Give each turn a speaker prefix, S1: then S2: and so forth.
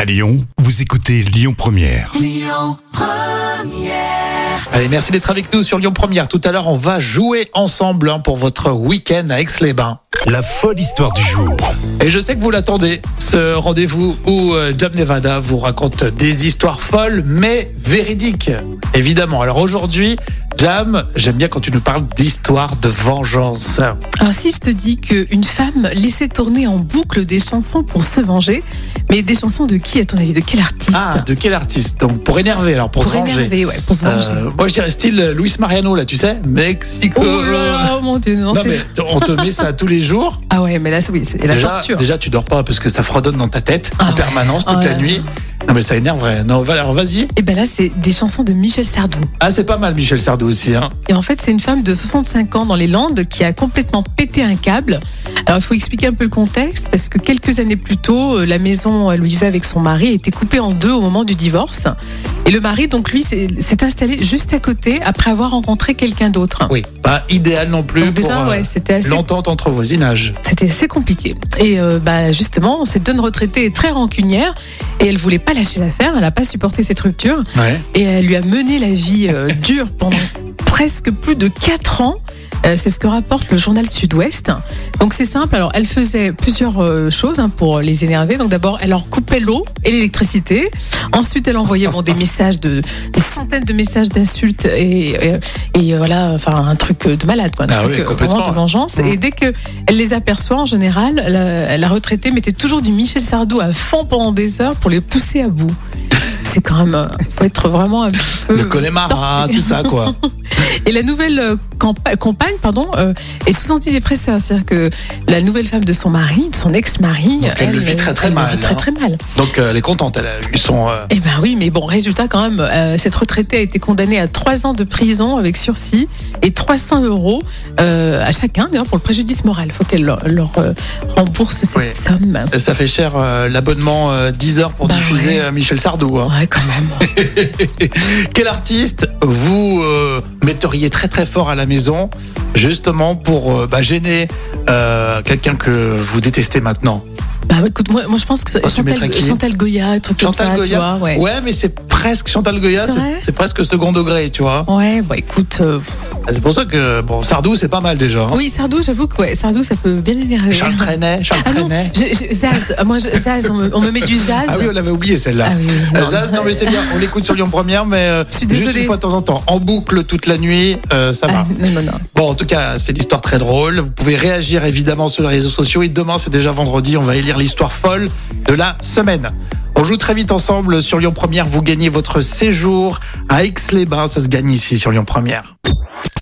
S1: À Lyon, vous écoutez Lyon Première.
S2: Allez, merci d'être avec nous sur Lyon Première. Tout à l'heure, on va jouer ensemble hein, pour votre week-end à Aix-les-Bains.
S1: La folle histoire du jour.
S2: Et je sais que vous l'attendez, ce rendez-vous où euh, Jam Nevada vous raconte des histoires folles, mais véridiques, évidemment. Alors aujourd'hui, Jam, j'aime bien quand tu nous parles d'histoires de vengeance.
S3: Alors si je te dis qu'une femme laissait tourner en boucle des chansons pour se venger, mais des chansons de qui à ton avis De quel artiste
S2: Ah, de quel artiste Donc pour énerver, alors pour,
S3: Pour
S2: se venger.
S3: énerver, ouais, pour se venger.
S2: Euh, moi, je dirais style Luis Mariano, là, tu sais Mexico.
S3: Oh là là, mon Dieu, non,
S2: non,
S3: c'est-
S2: mais on te met ça tous les jours.
S3: Ah ouais, mais là, c'est- oui, c'est la
S2: déjà,
S3: torture.
S2: déjà, tu dors pas parce que ça fredonne dans ta tête
S3: Ah
S2: en
S3: ouais.
S2: permanence toute
S3: Oh
S2: la
S3: là
S2: nuit. Non, mais ça énerve. ouais. Non, va- alors vas-y.
S3: Et ben là, c'est des chansons de Michel Sardou.
S2: Ah, c'est pas mal, Michel Sardou aussi. Hein.
S3: Et en fait, c'est une femme de 65 ans dans les Landes qui a complètement pété un câble. Alors, il faut expliquer un peu le contexte parce que quelques années plus tôt, euh, la maison où elle vivait avec son mari a été coupée en deux au moment du divorce. Et le mari, donc lui, s'est s'est installé juste à côté après avoir rencontré quelqu'un d'autre.
S2: Oui, pas idéal non plus
S3: Donc déjà,
S2: pour euh,
S3: ouais, c'était assez
S2: l'entente entre voisinages.
S3: C'était assez compliqué. Et euh, bah, justement, cette jeune retraitée est très rancunière et elle voulait pas lâcher l'affaire, elle n'a pas supporté cette rupture
S2: Ouais.
S3: et elle lui a mené la vie euh, dure pendant presque plus de 4 ans. Euh, c'est ce que rapporte le journal Sud-Ouest. Donc c'est simple, alors elle faisait plusieurs euh, choses hein, pour les énerver. Donc d'abord, elle leur coupait l'eau et l'électricité. Ensuite, elle envoyait bon, des messages, de, des centaines de messages d'insultes et, et, et, euh, voilà, enfin un truc euh, de malade, quoi, un
S2: Ah
S3: truc
S2: oui,
S3: euh,
S2: complètement.
S3: vraiment de vengeance.
S2: Mhm.
S3: Et dès que elle les aperçoit, en général, la, la retraitée mettait toujours du Michel Sardou à fond pendant des heures pour les pousser à bout. C'est quand même, euh, faut être vraiment un petit peu.
S2: Le hein. Connemara,
S3: torpé.
S2: tout ça, quoi.
S3: Et la nouvelle euh, campa- compagne, pardon, euh, est sous antidépresseur. C'est-à-dire que la nouvelle femme de son mari, de son ex-mari,
S2: Donc, elle le vit très, très
S3: elle le
S2: mal,
S3: vit très,
S2: hein.
S3: très mal.
S2: Donc, euh, elle est contente. Elle, a- ils sont. euh,
S3: Eh ben oui, mais bon, résultat quand même, euh, cette retraitée a été condamnée à trois ans de prison avec sursis et 300 euros euh, à chacun, d'ailleurs pour le préjudice moral. Il faut qu'elle leur, leur, euh, rembourse cette
S2: Oui.
S3: somme.
S2: ça fait cher euh, l'abonnement euh, 10 heures pour
S3: Bah
S2: diffuser
S3: ouais.
S2: euh, Michel Sardou. hein.
S3: Ouais, quand même.
S2: Quel artiste vous euh, metteriez très très fort à la maison, justement pour euh, bah, gêner euh, quelqu'un que vous détestez maintenant
S3: Bah écoute, moi, moi je pense que ça-
S2: Oh, tu mettrais
S3: Chantal,
S2: qui
S3: Chantal Goya, un truc
S2: Chantal
S3: comme ça,
S2: Goya
S3: tu vois. Ouais.
S2: Ouais,
S3: ouais.
S2: mais c'est presque Chantal Goya,
S3: C'est
S2: c'est-
S3: vrai
S2: c'est presque second degré, tu vois. Ah,
S3: bah écoute, euh,
S2: C'est pour ça que bon, Sardou, c'est pas mal déjà. hein.
S3: oui Sardou, j'avoue que ouais, Sardou, ça peut bien énerver.
S2: Charles Trenet, Charles
S3: Ah non,
S2: Trenet.
S3: je- je- Zaz, moi je- Zaz, on me, on me met du Zaz.
S2: Ah oui, on l'avait oublié celle-là.
S3: Ah oui, oui,
S2: Euh,
S3: non,
S2: Zaz,
S3: non,
S2: non mais c'est bien, on l'écoute sur Lyon Première, mais euh,
S3: Je suis
S2: juste une
S3: désolée.
S2: fois de temps en temps, en boucle toute la nuit, euh, ça va.
S3: Ah, non, non, non.
S2: Bon, en tout cas, c'est l'histoire très drôle. Vous pouvez réagir évidemment sur les réseaux sociaux. Et demain, c'est déjà vendredi, on va élire l'histoire folle de la semaine. On joue très vite ensemble sur Lyon Première. Vous gagnez votre séjour à Aix-les-Bains. Ça se gagne ici sur Lyon Première.